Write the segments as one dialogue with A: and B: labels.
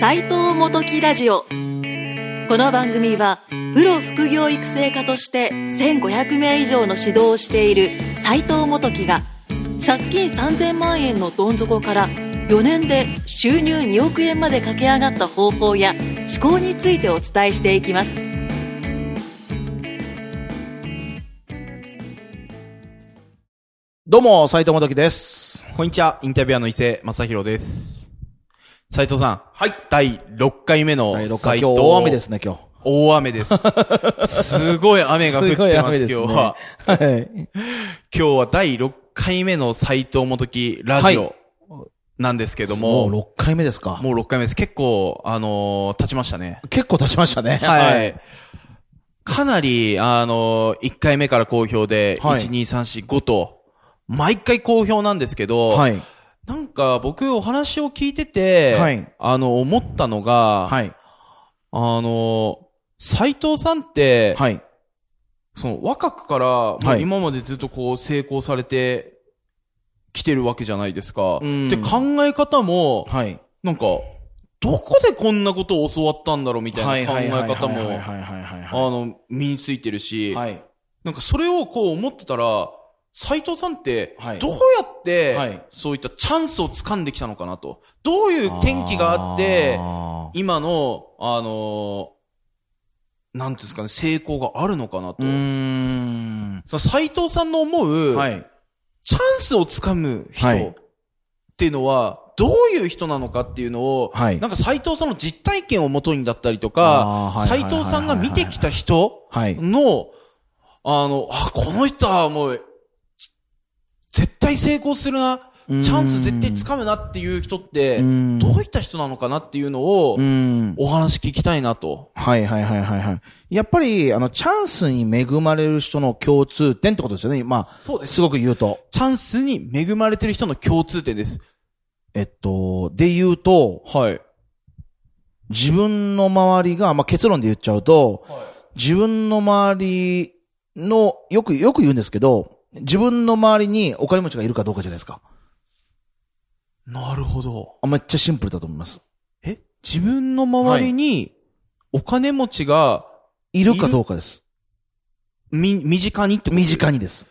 A: 斉藤元木ラジオこの番組はプロ副業育成家として1500名以上の指導をしている斉藤元木が借金3000万円のどん底から4年で収入2億円まで駆け上がった方法や思考についてお伝えしていきます
B: どうも、斉藤元樹です。
C: こんにちは、インタビュアーの伊勢正宏です。斉藤さん。
B: はい
C: 第6回目の
B: 第6
C: 斉
B: 回、
C: 藤。
B: 今日大雨ですね、今日。
C: 大雨です。 すごい雨が降ってます、今日は。
B: はい。
C: 今日は第6回目の斉藤元樹ラジ
B: はい
C: オなんですけど
B: も
C: も、
B: う6回目ですか。
C: もう6回目です。結構、あのー経ちましたね。
B: 結構経ちましたね。
C: はい。かなり、あのー、1回目から好評で、
B: はい
C: 1、2、3、4、5と、毎回好評なんですけど、
B: はい。はい。
C: なんか僕お話を聞いてて、
B: はい
C: あの思ったのが、
B: はい。
C: あの、斎藤さんって、
B: はい。
C: その若くから、も
B: は
C: う
B: い
C: 今までずっとこう成功されてきてるわけじゃないですか。
B: うん
C: で、考え方も、
B: はい。
C: なんか、どこでこんなことを教わったんだろうみたいな考え方
B: はいはい
C: も、
B: はいはいはい
C: あの、身についてるし、
B: はい。
C: なんかそれをこう思ってたら、斎藤さんって
B: はい、
C: どうやっ
B: は
C: て
B: い、
C: そういったチャンスを掴んできたのかなと。どういう転機があって、
B: あー
C: 今の、あのーなんていうんですかね、成功があるのかなと
B: うー。ん。
C: その斎藤さんの思う、
B: はい。
C: チャンスを掴む人
B: はい
C: っていうのは、どういう人なのかっていうのを、
B: はい
C: なんか斎藤さんの実体験をもとにだったりと
B: あーは
C: か
B: い、
C: 斎藤さんが見てきた人、
B: はい。
C: の、あの、あ、この人はもう、ち絶対成功するな、チ
B: うん
C: ャンス絶対掴むなっていう人っ
B: う
C: て、どうんいった人なのかなっていうのを
B: う、ん。
C: お話聞きたいなと。
B: はいはいはいはいはい。やっぱり、あの、チャンスに恵まれる人の共通点ってことですよね。ま
C: そう
B: あ、。すごく言うと。
C: チャンスに恵まれてる人の共通点です。
B: えっと、で言うと、
C: はい。
B: 自分の周りが、まあ、結論で言っちゃうと、自分の周りの、よく、よく言うんですけど、自分の周りにお金持ちがいるかどうかじゃないですか。
C: なるほど。
B: あめっちゃシンプルだと思います。
C: え自分の周りに、お金持ちが、
B: いるかどうかです。
C: み、身近にってこと
B: 身近にです。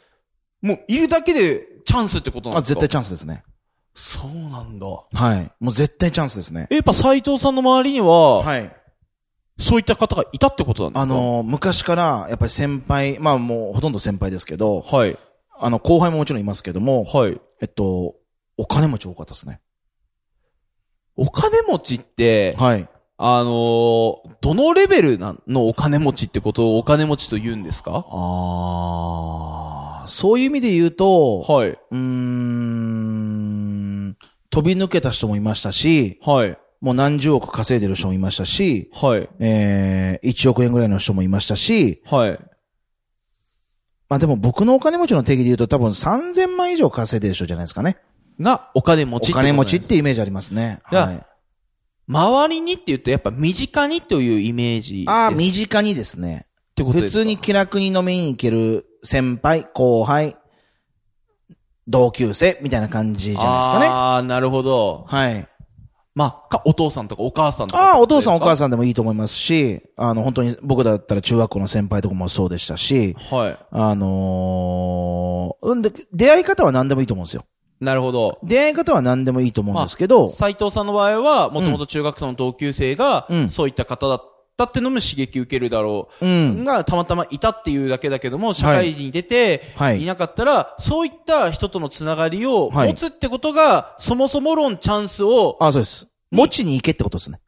C: もう、いるだけで、チャンスってことなん
B: あ、
C: です
B: 絶
C: か
B: 対チャンスですね。
C: そうなんだ。
B: はい。もう絶対チャンスですね。
C: えやっぱ斎藤さんの周りには、
B: はい。
C: そういった方がいたってことなんですか
B: あ、の、昔から、やっぱり先輩、まあもうほとんど先輩ですけど、
C: はい。
B: あの、後輩ももちろんいますけども、
C: はい。
B: えっと、お金持ち多かったですね。
C: お金持ちって、
B: はい。
C: あのーどのレベルなのお金持ちってことをお金持ちと言うんですか
B: ああ、そういう意味で言うと、
C: はい。
B: うーん、飛び抜けた人もいましたし、
C: はい。
B: もう何十億稼いでる人もいましたし、
C: はい。
B: えー、1億円ぐらいの人もいましたし、
C: はい。
B: まあでも僕のお金持ちの定義で言うと多分3000万以上稼いでる人じゃないですかね。
C: が、お金持
B: お
C: ちってこと
B: 金持ちっ
C: なんです
B: てイメージありますね。
C: じゃあ
B: はい。
C: 周りにって言うと、やっぱ身近にというイメージです。
B: ああ、
C: っ
B: 身近にですね。
C: てこと
B: 普
C: ですか
B: 通に。気楽に飲みに行ける先輩、後輩、同級生みたいな感じじゃない
C: ああ、なるほど。
B: ですかね。はい。
C: まあ、か、お父さんとかお母さんとか。
B: ああ、お父さんお母
C: さ
B: さんでもいいと思いますし、あの、本当に僕だったら中学校の先輩とかもそうでしたし、
C: ん。はい。
B: あのーうんで、出会い方は何でもいいと思うんですよ。
C: なるほど。
B: 出会い方は何でもいいと思うんですけど、
C: 斎藤さんの場合は、もともと中学生の同級生が
B: う、ん
C: そういった方だったってのも刺激受けるだろう。
B: うん。
C: がたまたまいたっていうだけだけども、社会人に出て、
B: はいはい
C: いなかったら、そういった人とのつながりを
B: はい
C: 持つってことが、そもそも論チャンスを、
B: あそうです。持ちに行けってことですね。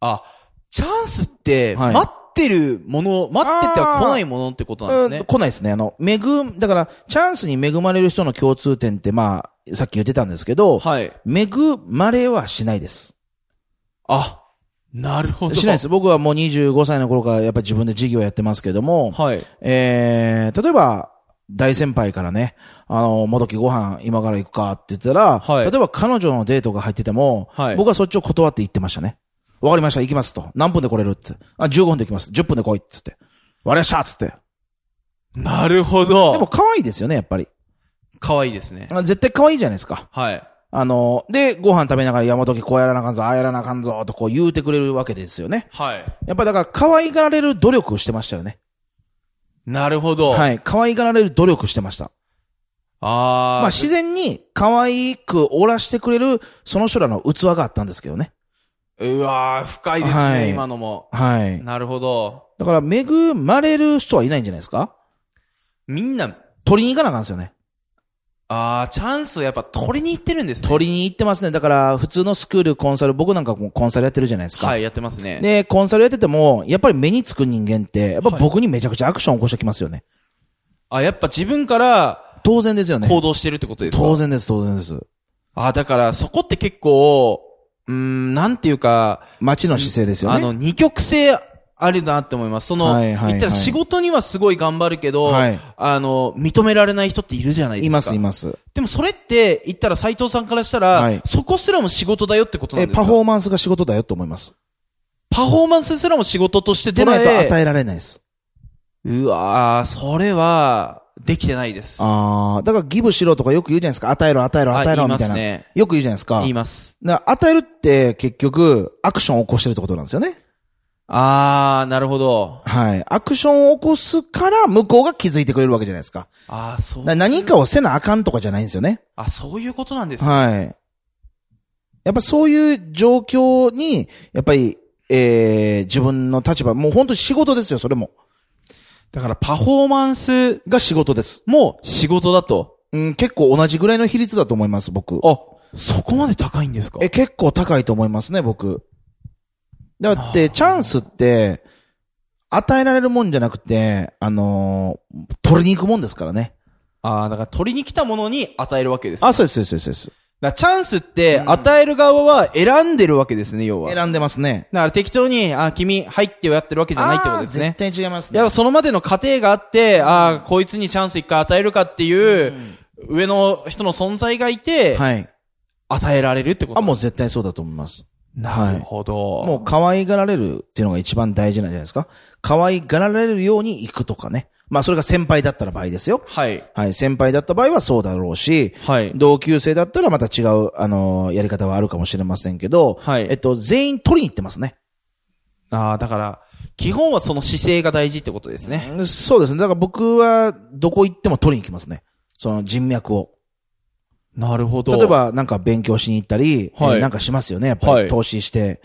C: あ、チャンスって、
B: はい
C: 待ってるもの、待ってては来ないものってことなんです
B: うん
C: ね。
B: 来ないですね。あの、恵む、だから、チャンスに恵まれる人の共通点って、まあ、さっき言ってたんですけど、
C: はい。
B: 恵まれはしないです。
C: あ、なるほど。
B: しないです。僕はもう25歳の頃からやっぱり自分で事業やってますけども、
C: はい。
B: えー、例えば、大先輩からね、あの、もどきご飯今から行くかって言ったら、
C: はい
B: 例えば彼女のデートが入ってても、
C: はい
B: 僕はそっちを断って行ってましたね。わかりました、行きますと。何分で来れるって。あ、15分で行きます。10分で来いっつって。わかりましたっつって。
C: なるほど。
B: でも可愛いですよね、やっぱり。
C: 可愛いですね。
B: あ絶対可愛いじゃないですか。
C: はい。
B: あの、で、ご飯食べながら山時こうやらなあかんぞ、ああやらなあかんぞ、とこう言うてくれるわけですよね。
C: はい。
B: やっぱだから可愛がられる努力をしてましたよね。
C: なるほど。
B: はい。可愛がられる努力してました。
C: あー。
B: まあ自然に可愛くおらしてくれるその人らの器があったんですけどね。
C: うわー、深いですね、
B: はい
C: 今のも。
B: はい。
C: なるほど。
B: だから恵まれる人はいないんじゃないですか
C: みんな、
B: 取りに行かなあかんですよね。
C: あー、チャンスをやっぱ取りに行ってるんですね。
B: 取りに行ってますね。だから普通のスクール、コンサル、僕なんかもコンサルやってるじゃないですか。
C: はい、やってますね。
B: で、コンサルやってても、やっぱり目につく人間って、やっぱ
C: はい
B: 僕にめちゃくちゃアクション起こしてきますよね。
C: あ、やっぱ自分から
B: 当然ですよね。
C: 行動してるってことですか、
B: 当然です、当然です。
C: あ、だからそこって結構、うーん、なんていうか、
B: 街の姿勢ですよね。
C: あの、二極性あるなって思います。その、
B: はいはいはい
C: 言ったら仕事にはすごい頑張るけど、
B: はい
C: あの、認められない人っているじゃないですか。
B: います、います。
C: でもそれって、言ったら斉藤さんからしたら、
B: はい
C: そこすらも仕事だよってことなん
B: え、
C: ですか
B: パフォーマンスが仕事だよと思います。
C: パフォーマンスすらも仕事として
B: で
C: 出
B: な
C: ないい
B: と与えられないです。
C: うわー、それは、できてないです。
B: ああだからギブしろとかよく言うじゃないですか。与えろ、与えろ、
C: あ
B: 与えろ、
C: 言い
B: み
C: ま
B: たい
C: す
B: な。
C: ね。
B: よく言うじゃないですか。
C: 言います。
B: だから与えるって結局、アクションを起こしてるってことなんですよね。
C: あー、なるほど。
B: はい。アクションを起こすから、向こうが気づいてくれるわけじゃないですか。
C: あー、そ
B: だ
C: う
B: から。何かをせなあかんとかじゃないんですよね。
C: あ、そういうことなんですね。
B: はい。やっぱそういう状況に、やっぱり、えー、自分の立場、もう本当に仕事ですよ、それも。
C: だからパフォーマンス
B: が仕事です。
C: も仕事だと。
B: うん、結構同じぐらいの比率だと思います、僕。
C: あ、そこまで高いんですか
B: え、結構高いと思いますね、僕。だって、チャンスって、与えられるもんじゃなくて、あのー取りに行くもんですからね。
C: ああ、だから取りに来たものに与えるわけですね。
B: あ、そうです、そうです、そうです。
C: だからチャンスって与える側は選んでるわけですね、要は。だか
B: 選んでますね。
C: ら適当に、あー君入ってやってるわけじゃないってことですね
B: あ。ー絶対違いますね
C: やっ。ぱそのまでの過程があって、ああ、こいつにチャンス一回与えるかっていう、上の人の存在がいて、
B: はい。
C: 与えられるってこと。
B: あ、もう絶対そうだと思います。
C: なるほど。
B: もう可愛がられるっていうのが一番大事なんじゃないですか。可愛がられるように行くとかね。まあそれが先輩だったら場合ですよ。
C: はい。
B: はい。先輩だった場合はそうだろうし、
C: はい。
B: 同級生だったらまた違う、あのーやり方はあるかもしれませんけど、
C: はい
B: えっと、全員取りに行ってますね。
C: ああ、だから、基本はその姿勢が大事ってことですね。
B: うんそうですね。だから僕はどこ行っても取りに行きますね。その人脈を。
C: なるほど。
B: 例え、ばなんか勉強しに行ったり、
C: はい
B: えーなんかしますよね。やっぱ
C: は
B: り
C: い
B: 投資して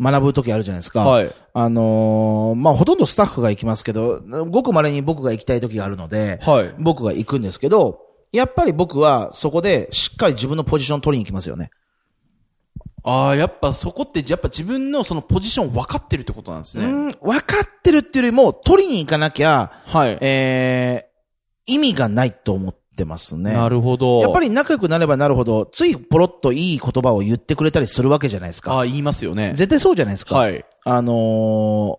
B: 学ぶ時あるじゃないですか。
C: はい。
B: あのーまあ、ほとんどスタッフが行きますけど、ごく稀に僕が行きたい時があるので、
C: はい。
B: 僕が行くんですけど、やっぱり僕はそこでしっかり自分のポジション取りに行きますよね。
C: ああ、やっぱそこって、やっぱ自分のそのポジション分かってるってことなんです
B: う
C: ね。
B: ん、分かってるっていうよりも、取りに行かなきゃ、
C: はい。
B: えー、意味がないと思ってますね。
C: なるほど。
B: やっぱ、り仲良くなればなるほど、ついポロッといい言葉を言ってくれたりするわけじゃないです
C: あ
B: か。
C: あ、言いますよね。
B: 絶対そうじゃないですか。
C: はい。
B: あの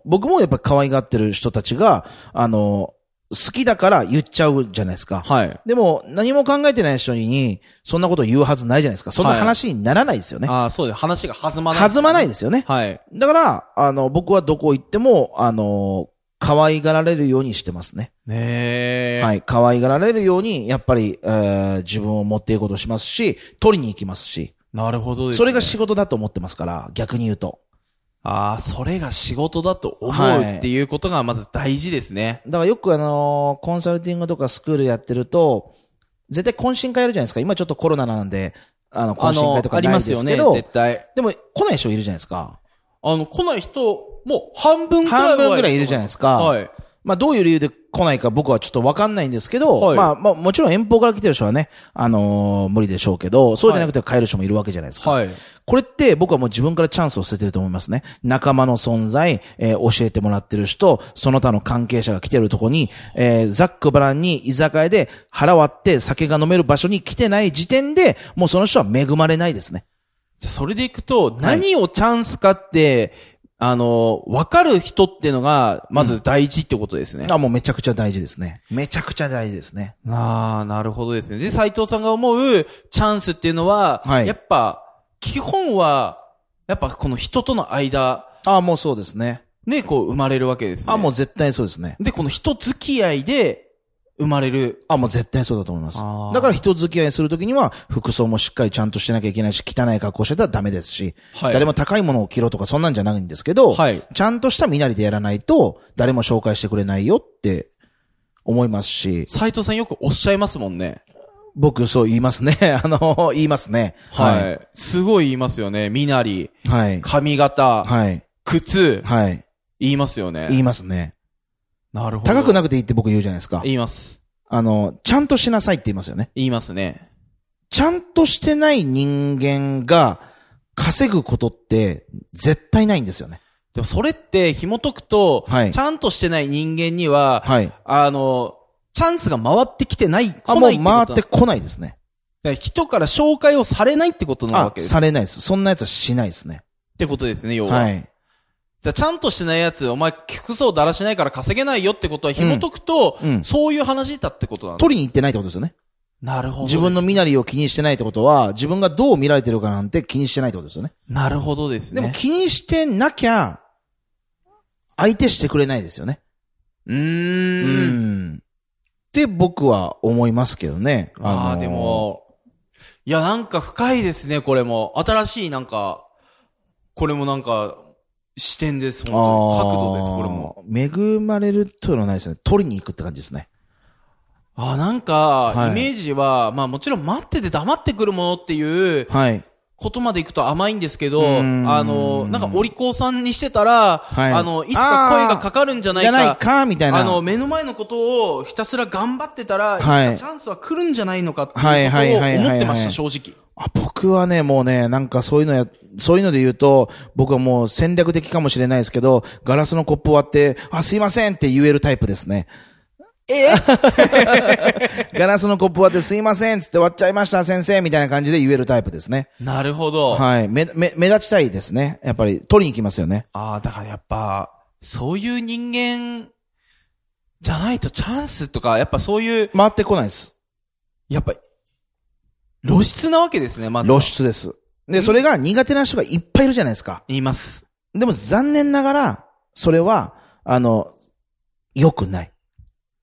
B: ー僕もやっぱ可愛がってる人たちが、あのー好きだから言っちゃうじゃないですか。
C: はい。
B: でも、何も考えてない人に、そんなこと言うはずないじゃないですか。そんな話にならないですよね。
C: ああ、そうです。話が弾まない。
B: 弾まないですよね。
C: はい。
B: だから、あの、僕はどこ行っても、あのー可愛がられるようにしてますね。
C: ねえ。
B: はい。可愛がられるように、やっぱり、えー自分を持っていくことをしますし、取りに行きますし、
C: なるほどです、ね。
B: それが仕事だと思ってますから、逆に言うと。
C: ああ、それが仕事だと思
B: は
C: う
B: い
C: っていうことがまず大事ですね。
B: だからよくあのーコンサルティングとかスクールやってると、絶対懇親会やるじゃないですか。今ちょっとコロナなんで、あの、懇
C: あ
B: 親
C: の
B: 会と、か
C: あり
B: ない
C: ま
B: です
C: よ
B: す
C: ね、
B: けど、
C: 絶対。
B: でも来ない人いるじゃないですか。
C: あの、来ない人、もう半分くらいは
B: 半分ぐらいいるじゃないですか
C: はい。
B: まあどういう理由で来ないか僕はちょっとわかんないんですけど、
C: はい
B: まあまあもちろん遠方から来てる人はね、あのー無理でしょうけど、そうじゃなくて帰る人もいるわけじゃないですか。
C: はい。
B: これって僕はもう自分からチャンスを捨ててると思いますね。仲間の存在、えー教えてもらってる人、その他の関係者が来てるとこに、えーざっくばらんに居酒屋で腹割って酒が飲める場所に来てない時点で、もうその人は恵まれないですね。
C: じゃあそれでいくと、何をチャンスかって、あの、わかる人っていうのが、まず大事ってことですね。
B: あ、もうめちゃくちゃ大事ですね。めちゃくちゃ大事ですね。
C: ああ、なるほどですね。で、斉藤さんが思うチャンスっていうのは、
B: はい
C: やっぱ、基本は、やっぱこの人との間、
B: あ、もうそうですね。
C: ね、こう生まれるわけですね。
B: あ、もう絶対そうですね。
C: で、この人付き合いで、生まれる。
B: あ、もう絶対そうだと思います
C: あー。
B: だから人付き合いするときには、服装もしっかりちゃんとしてなきゃいけないし、汚い格好してたらダメですし、
C: はい
B: 誰も高いものを着ろとかそんなんじゃないんですけど、
C: はい
B: ちゃんとした身なりでやらないと、誰も紹介してくれないよって思いますし、
C: 斎藤さんよくおっしゃいますもんね。
B: 僕そう言いますね。 あの、言いますね。
C: はい。すごい言いますよね。身なり、
B: い。はい。
C: 髪型、
B: はい。
C: 靴、
B: はい。
C: 言いますよね。
B: 言いますね。
C: なるほど。
B: 高く
C: な
B: なくていいって僕言うじゃないですか。
C: 言います。
B: あの、ちゃんとしなさいって言いますよね。
C: 言いますね。
B: ちゃんとしてない人間が稼ぐことって絶対ないんですよね。
C: でもそれって紐解くと、
B: はい
C: ちゃんとしてない人間には、
B: はい。
C: あの、チャンスが回ってきてない、
B: あ、
C: 来
B: も
C: な
B: う
C: いってこと
B: 回
C: な
B: ってこないですね。
C: だから人から紹介をされないってことなわ
B: あ、
C: けです。っ
B: されないです。そんなやつはしないですね。
C: てことですね、要は。
B: はい。
C: じゃあ、ちゃんとしてないやつ、お前、服装だらしないから稼げないよってことは紐解くと、
B: うんうん
C: そういう話だってことなんだ。
B: 取りに行ってないってことですよね。
C: なるほど。
B: 自分の。身なりを気にしてないってことは、自分がどう見られてるかなんて気にしてないってことですよね。
C: なるほどです
B: で
C: ね。
B: も気にしてなきゃ、相手してくれないですよね。
C: うー。
B: うんん。って僕は思いますけどね。
C: あ
B: の
C: あ、
B: ー
C: で。も、いや、なんか深いですね、これも。新しい、なんか、これもなんか、視点です、本当に。角度です、これも。
B: も。恵まれるというのはないですね。取りに行くって感じですね。
C: ああ、なんか、
B: はい
C: イメージは、まあもちろん待ってて黙ってくるものっていう
B: はい。
C: ことまでいくと甘いんですけど、
B: うーん
C: あの、なんかお利口さんにしてたら、
B: はい
C: あの、いつか声がかかるんじゃない
B: じゃ
C: か。
B: ないか、みたいな。
C: あの、目の前のことをひたすら頑張ってたら、
B: はい
C: いつかチャンスは来るんじゃないのかって
B: はいいう
C: こ
B: はいはいはい
C: とを
B: はい
C: 思ってました、正直。
B: あ僕はね、もうね、なんかそういうのや、そういうので言うと、僕はもう戦略的かもしれないですけど、ガラスのコップ割って、あ、すいませんって言えるタイプですね。え ガラスのコップ割ってすいませんっつって割っちゃいました先生みたいな感じで言えるタイプですね。
C: なるほど。
B: はい。め、め、目立ちたいですね。やっぱり取りに行きますよね。
C: ああ、だからやっぱ、そういう人間、じゃないとチャンスとか、やっぱそういう、
B: 回ってこないです。
C: やっぱ、露出なわけですね、まずは。
B: 露出です。で、それが苦手な人がいっぱいいるじゃないですか。
C: 言います。
B: でも残念ながら、それは、あの、良くない。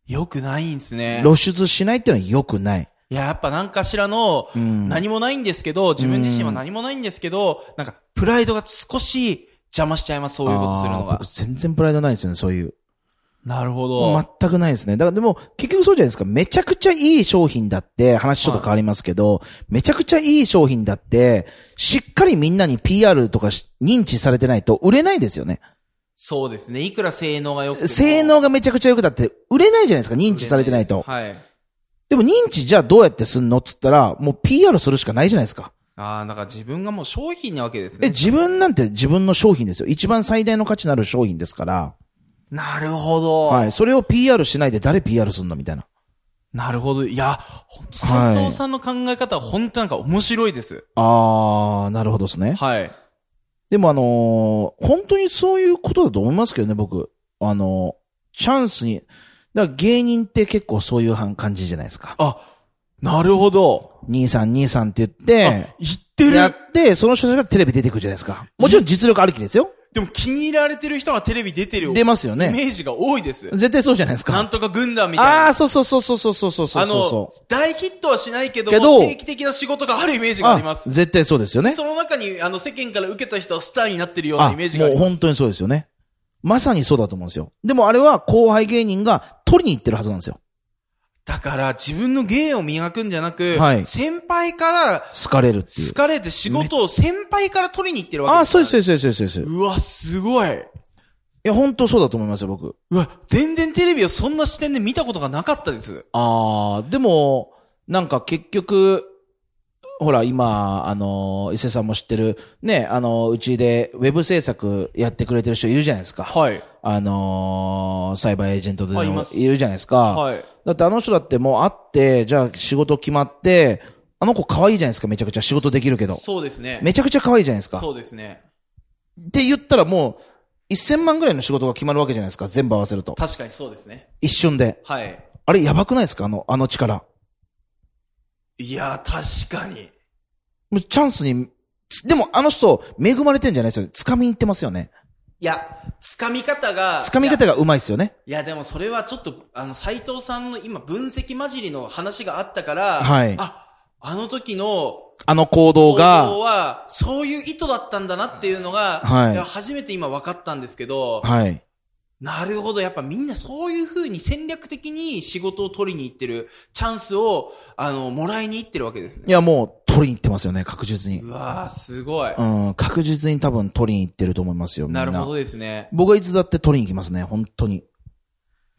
C: よくないんですね。
B: 露出しないっていうのは良くない。
C: いや、やっぱ何かしらの、
B: うん
C: 何もないんですけど、自分自身は何もないんですけど、なんか、プライドが少し邪魔しちゃいます、そういうことするの
B: あー
C: が
B: 僕。全然プライドないですよね、そういう。
C: なるほど。
B: 全くないですね。だからでも、結局そうじゃないですか。めちゃくちゃいい商品だって、話ちょっと変わりますけど、めちゃくちゃいい商品だって、しっかりみんなに PR とかし認知されてないと売れないですよね。
C: そうですね。いくら性能が良くても
B: 性能がめちゃくちゃ良くだって売れないじゃないですか、認知されてないと。
C: はい。
B: でも認知じゃあどうやってすんのっつったら、もう PR するしかないじゃないですか。
C: ああ、なんか自分がもう商品なわけです
B: で、
C: ね。
B: 自分なんて自分の商品ですよ。一番最大の価値のある商品ですから。
C: なるほど。
B: はい。それを PR しないで誰 PR すんのみたいな。
C: なるほど。いや、本当
B: はい
C: 斉藤さんの考え方は本当なんか面白いです。
B: あー、なるほどですね。
C: はい。
B: でもあのー本当にそういうことだと思いますけどね、僕。あのーチャンスに、だから芸人って結構そういうはん感じじゃないですか。
C: あ、なるほど。
B: 兄さん、兄さんって言っ
C: あ
B: て、、
C: 言って
B: やっ
C: る。
B: て、その人たちがテレビ出てくるじゃないですか。もちろん実力ありきですよ。
C: でも気に入られてる人がテレビ出てる
B: 出ますよ
C: イ
B: ね。
C: メージが多いです。
B: 絶対そうじゃないです
C: な
B: か。
C: んとか軍団みたいな。
B: あー、そうそうそうそうそうそうそうそうそう。
C: あの、大ヒットはしないけど
B: け
C: も
B: ど
C: 定期的な仕事があるイメージがあります。
B: 絶対そうですよね。
C: その中に、あの、世間から受けた人はスターになってるような
B: あ、
C: イメージがあります。
B: もう本当にそうですよね。まさにそうだと思うんですよ。でもあれは後輩芸人が取りに行ってるはずなんですよ。
C: だから、自分の芸を磨くんじゃなく、
B: はい
C: 先輩から
B: 好かれるっていう
C: 好。かれて仕事を先輩から取りに行ってるわけ
B: ああ、そうです、
C: う
B: そうです、そうですそうです。い
C: です。うわ、すごい。
B: や、本当そうだと思いますよ、僕。
C: うわ、全然テレビをそんな視点で見たことがなかったです。
B: ああ、でも、なんか結局、ほら、今、あの、伊勢さんも知ってる、ね、あの、うちでウェブ制作やってくれてる人いるじゃないですか。
C: はい。
B: あのーサイバーエージェントで
C: はいい
B: も
C: ます
B: いるじゃないですか。
C: はい。
B: だってあの人だってもう会って、じゃあ仕事決まって、あの子可愛いじゃないですか、めちゃくちゃ仕事できるけど。
C: そうですね。
B: めちゃくちゃ可愛いじゃないですか。
C: そうですね。
B: って言ったらもう、1000万ぐらいの仕事が決まるわけじゃないですか、全部合わせると。
C: 確かにそうですね。
B: 一瞬で。
C: はい。
B: あれ、やばくないですかあの、あの力。
C: いや、確かに。
B: もうチャンスに、つでもあの人、恵まれてんじゃないですよね。掴みに行ってますよね。
C: いや、掴み方が。
B: 掴み方
C: いや
B: がうまいっすよね。
C: いや、でもそれはちょっと、あの、斎藤さんの今、分析混じりの話があったから、
B: はい
C: あ、あの時の、
B: あの行動が、
C: は、そういう意図だったんだなっていうのが、
B: はい
C: や初めて今分かったんですけど、
B: はい。
C: なるほど。やっぱみんなそういう風に戦略的に仕事を取りに行ってる、チャンスを、あの、もらいに行ってるわけです
B: い
C: ね。
B: や、もう、取りに行ってますよね、確実に
C: う。わー、すごい。
B: うん、確実に多分取りに行ってると思いますよ、みんな。
C: なるほどですね。
B: 僕はいつだって取りに行きますね、本当に。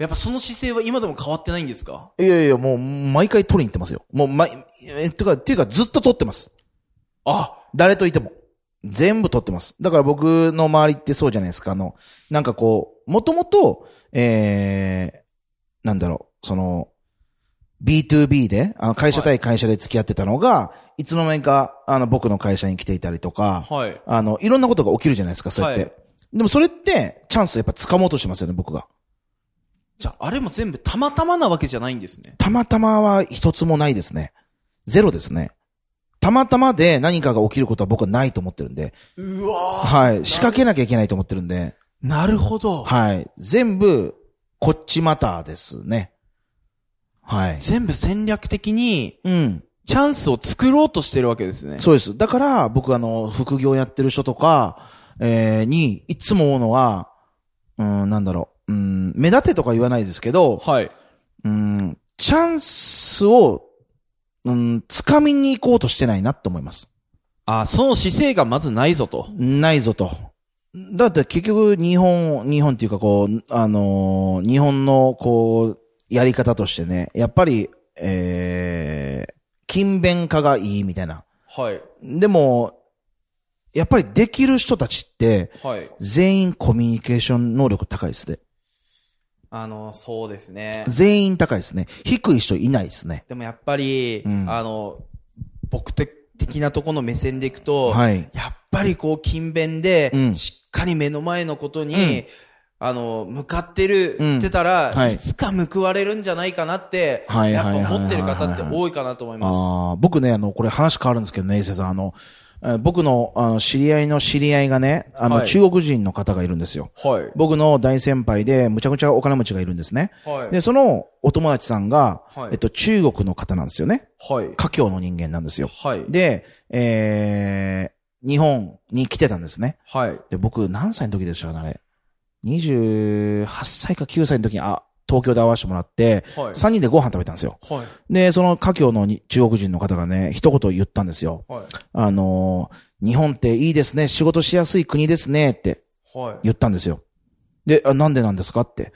C: やっぱその姿勢は今でも変わってないんですか
B: いやいや、もう、毎回取りに行ってますよ。もう、毎、え、ってか、っていうか、ずっと取ってます。
C: あ、
B: 誰といても。全部取ってます。だから僕の周りってそうじゃないですか。あの、なんかこう、もともと、えー、なんだろう、その、B2B で、あの会社対会社で付き合ってたのが、い、つの間にか、あの、僕の会社に来ていたりとか、
C: はい。
B: あの、いろんなことが起きるじゃないですか、そうやって。
C: はい
B: でもそれって、チャンスやっぱ掴もうとしてますよね、僕が。
C: じゃあ、あれも全部たまたまなわけじゃないんですね。
B: たまたまは一つもないですね。ゼロですね。たまたまで何かが起きることは僕はないと思ってるんで、
C: うわー。
B: はい。仕掛けなきゃいけないと思ってるんで、
C: なるほど。
B: はい。全部、こっちまたですね。はい。
C: 全部戦略的に、
B: うん。
C: チャンスを作ろうとしてるわけですね。
B: そうです。だから、僕あの、副業やってる人とか、えー、に、いつも思うのは、うん、なんだろう、うん、目立てとか言わないですけど、
C: はい。
B: うん、チャンスを、うん、掴みに行こうとしてないなって思います。
C: あ、その姿勢がまずないぞと。
B: ないぞと。だって結局日本、日本っていうかこう、あのー日本のこう、やり方としてね、やっぱり、えー、勤勉化がいいみたいな。
C: はい。
B: でも、やっぱりできる人たちって、
C: はい。
B: 全員コミュニケーション能力高いですね。
C: あの、そうですね。
B: 全員高いですね。低い人いないですね。
C: でもやっぱり、
B: うん
C: あの、僕的的なとこの目線でいくと、
B: はい。
C: やっぱりこう勤勉で、
B: うん
C: しっかり目の前のことに、
B: うん
C: あの、向かってる、
B: うん
C: ってたら、
B: はい
C: い、つか報われるんじゃないかなって、
B: はい
C: やっぱ
B: はいはい
C: 思ってる方って多いかなと思いま
B: ああ、僕ね、あの、これ話変わるんですけどね、伊勢さん、あの、えー僕の、あの、知り合いの知り合いがね、あの、
C: はい
B: 中国人の方がいるんですよ。
C: す。はい。
B: 僕の大先輩で、むちゃくちゃお金持ちがいるんですね。
C: はい。
B: で、そのお友達さんが、
C: はい
B: えっと、中国の方なんですよね。
C: はい。
B: 華僑の人間なんですよ。
C: はい。
B: で、えー、日本に来てたんですね。
C: はい。
B: で、僕、何歳の時でしたかね、あれ。28歳か9歳の時に、あ、東京で会わせてもらって、
C: はい。
B: 3人でご飯食べたんですよ。
C: はい。
B: で、その華僑のに中国人の方がね、一言言ったんですよ。
C: はい。
B: あのー日本っていいですね、仕事しやすい国ですね、って
C: はい。
B: 言ったんですよ。で、あなんでなんですかって。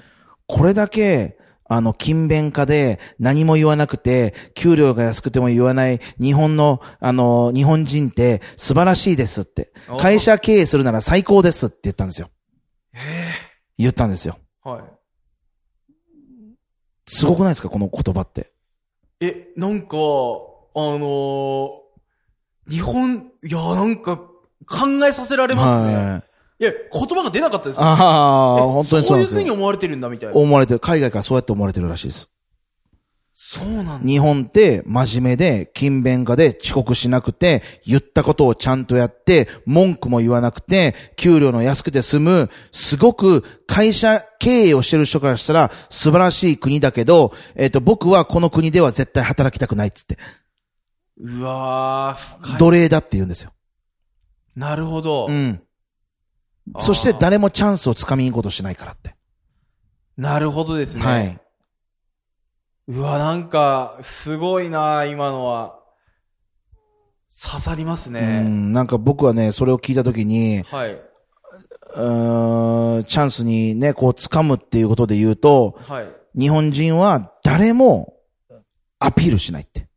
B: これだけ、あの、勤勉家で何も言わなくて、給料が安くても言わない日本の、あのー日本人って素晴らしいですって
C: お。
B: 会社経営するなら最高ですって言ったんですよ。言ったんですよ。
C: はい。
B: すごくないですかこの言葉って。
C: え、なんか、あのー、日本、いや、なんか、考えさせられますね。
B: はい。
C: いや、言葉が出なかったです
B: ああ、
C: え
B: 本当にそうなんですよ。
C: そういう風に思われてるんだみたいな。
B: 思われてる、海外からそうやって思われてるらしいです。
C: そうなんだ。
B: 日本って真面目で、勤勉家で、遅刻しなくて、言ったことをちゃんとやって、文句も言わなくて、給料の安くて済む、すごく会社経営をしてる人からしたら素晴らしい国だけど、えっ、と、僕はこの国では絶対働きたくないっつって、
C: うわー、深い。
B: 奴隷だって言うんですよ。
C: なるほど。
B: うん。
C: あー
B: そして誰もチャンスをつかみに行こうとしないからって。
C: なるほどですね。
B: はい。
C: うわ、なんか、すごいな、今のは。刺さります
B: う
C: ね。
B: ん、なんか僕はね、それを聞いたときに、
C: はい。
B: うーんチャンスにね、こう掴むっていうことで言うと、
C: はい。
B: 日本人は誰もアピールしないって。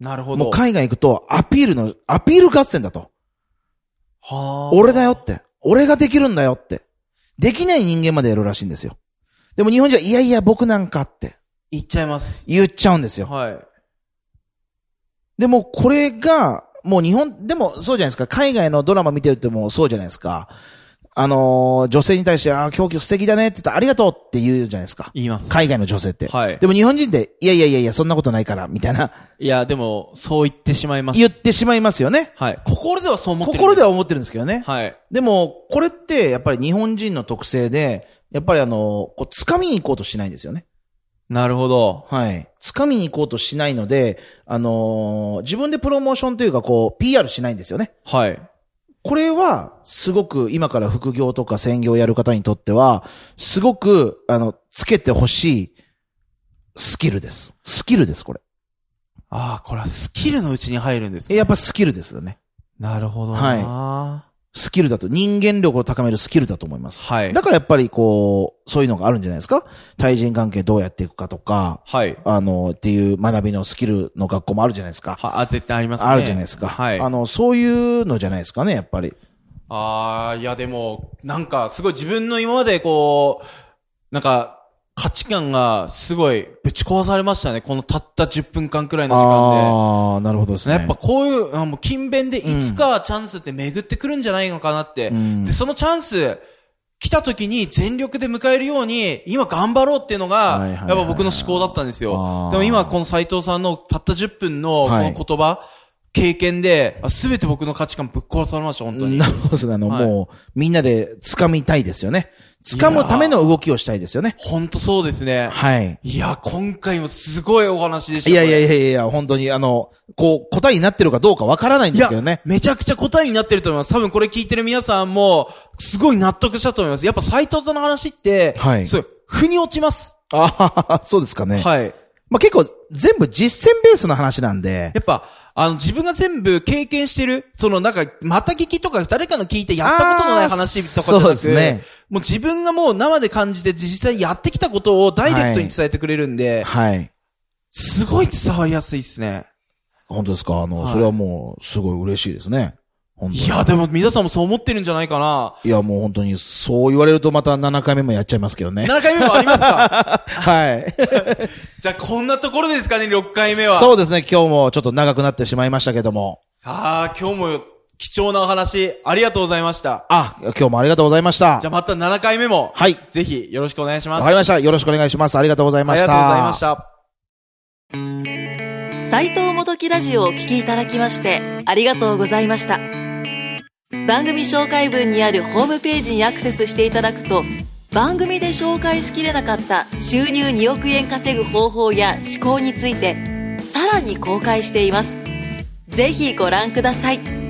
C: なるほど。
B: もう海外行くとアピールの、アピール合戦だと。
C: はー
B: 俺だよっ。て。俺ができるんだよって。できない人間までやるらしいんですよ。でも日本人はいやいや僕なんかって
C: 言っちゃいます。
B: 言っちゃうんですよ。
C: はい。
B: でもこれが、もう日本、でもそうじゃないですか。海外のドラマ見てるってもうそうじゃないですか。あのー女性に対して、ああ、狂気素敵だねって言ったら、ありがとうって言うじゃないですか。
C: 言います。
B: 海外の女性って。
C: はい
B: でも日本人って、いやいやいやいや、そんなことないから、みたいな、
C: いや、でも、そう言ってしまいます。
B: 言ってしまいますよね。
C: はい。心ではそう思ってる。
B: 心では思ってるんですけどね。
C: はい。
B: でも、これって、やっぱり日本人の特性で、やっぱりあの、こう、掴みに行こうとしないんですよね。
C: なるほど。
B: はい。掴みに行こうとしないので、あのー自分でプロモーションというか、こう、PR しないんですよね。
C: はい。
B: これは、すごく今から副業とか専業をやる方にとっては、すごく、あの、つけてほしいスキルです。スキルです、これ。
C: ああ、これはスキルのうちに入るんですね。
B: やっぱスキルですよね。
C: なるほどな。
B: スキルだと、人間力を高めるスキルだと思います。
C: はい
B: だ。からやっぱりこう、そういうのがあるんじゃないですか対人関係どうやっていくかとか、
C: はい。
B: あの、っていう学びのスキルの学校もあるじゃないですか。
C: は、あ、絶対ありますね。
B: あるじゃないですか。
C: はい。
B: あの、そういうのじゃないですかね、やっぱり。
C: ああ、いやでも、なんか、すごい自分の今までこう、なんか、価値観がすごいぶち壊されましたね。このたった10分間くらいの時間
B: ああ、なるほどです
C: で。
B: ね。
C: やっぱこういう、あもう勤勉でいつかはチャンスって巡ってくるんじゃないのかなって。
B: ん
C: で、そのチャンス、来た時に全力で迎えるように、今頑張ろうっていう
B: は
C: の
B: い
C: が、
B: はい
C: や
B: は
C: っ
B: い
C: ぱ僕の思考だったんですよ
B: あー。
C: でも今この斉藤さんのたった10分のこ
B: はい
C: の言葉、経験で、すべて僕の価値観ぶっ壊されました、本当に
B: な。るほどですね。あの、
C: はい
B: もう、みんなで掴みたいですよね。掴むための動きをしたいですよね。
C: ほんとそうですね。
B: はい。
C: いや、今回もすごいお話でした。
B: いやいやい
C: や。
B: やいや、本当に、あの、こう、答えになってるかどうかわからないん
C: い
B: ですけどね
C: や。、めちゃくちゃ答えになってると思います。多分これ聞いてる皆さんも、すごい納得したと思います。やっぱ斎藤さんの話って、
B: はい
C: そう、腑に落ちます。
B: あははそうですかね。
C: はい。や
B: まあ、結構、全部実践ベースの話なんで。
C: っぱ、あの、自分が全部経験してる、そのなんか、また聞きとか、誰かの聞いてやったことのない話とかじゃな
B: あーそう
C: く
B: ですね
C: もう自分がもう生で感じて実際やってきたことをダイレクトに伝えてくれるんで、
B: はい。
C: すごい伝わりやすいですね。
B: 本当ですかあの、
C: はい
B: それはもう、すごい嬉しいですね。本当に
C: いや、でも皆さんもそう思ってるんじゃないかな。
B: いや、もう本当に、そう言われるとまた7回目もやっちゃいますけどね。
C: 7回目もありますか
B: はい。
C: じゃあこんなところですかね、6回目は。
B: そうですね。今日もちょっと長くなってしまいましたけども。
C: ああ、今日も貴重なお話、ありがとうございました。
B: あ、今日もありがとうございました。
C: じゃあまた7回目も、
B: はい。
C: ぜひよろしくお願いしま
B: わ
C: す。
B: かりました。よろしくお願いします。ありがとうござい
C: あ
B: ま
C: り
B: し
C: が
B: た。
C: とうございました。
A: 斉藤元木ラジオをお聞きいただきましてありがとうございました番組紹介文にあるホームページにアクセスしていただくと番組で紹介しきれなかった収入2億円稼ぐ方法や思考についてさらに公開していますぜひご覧ください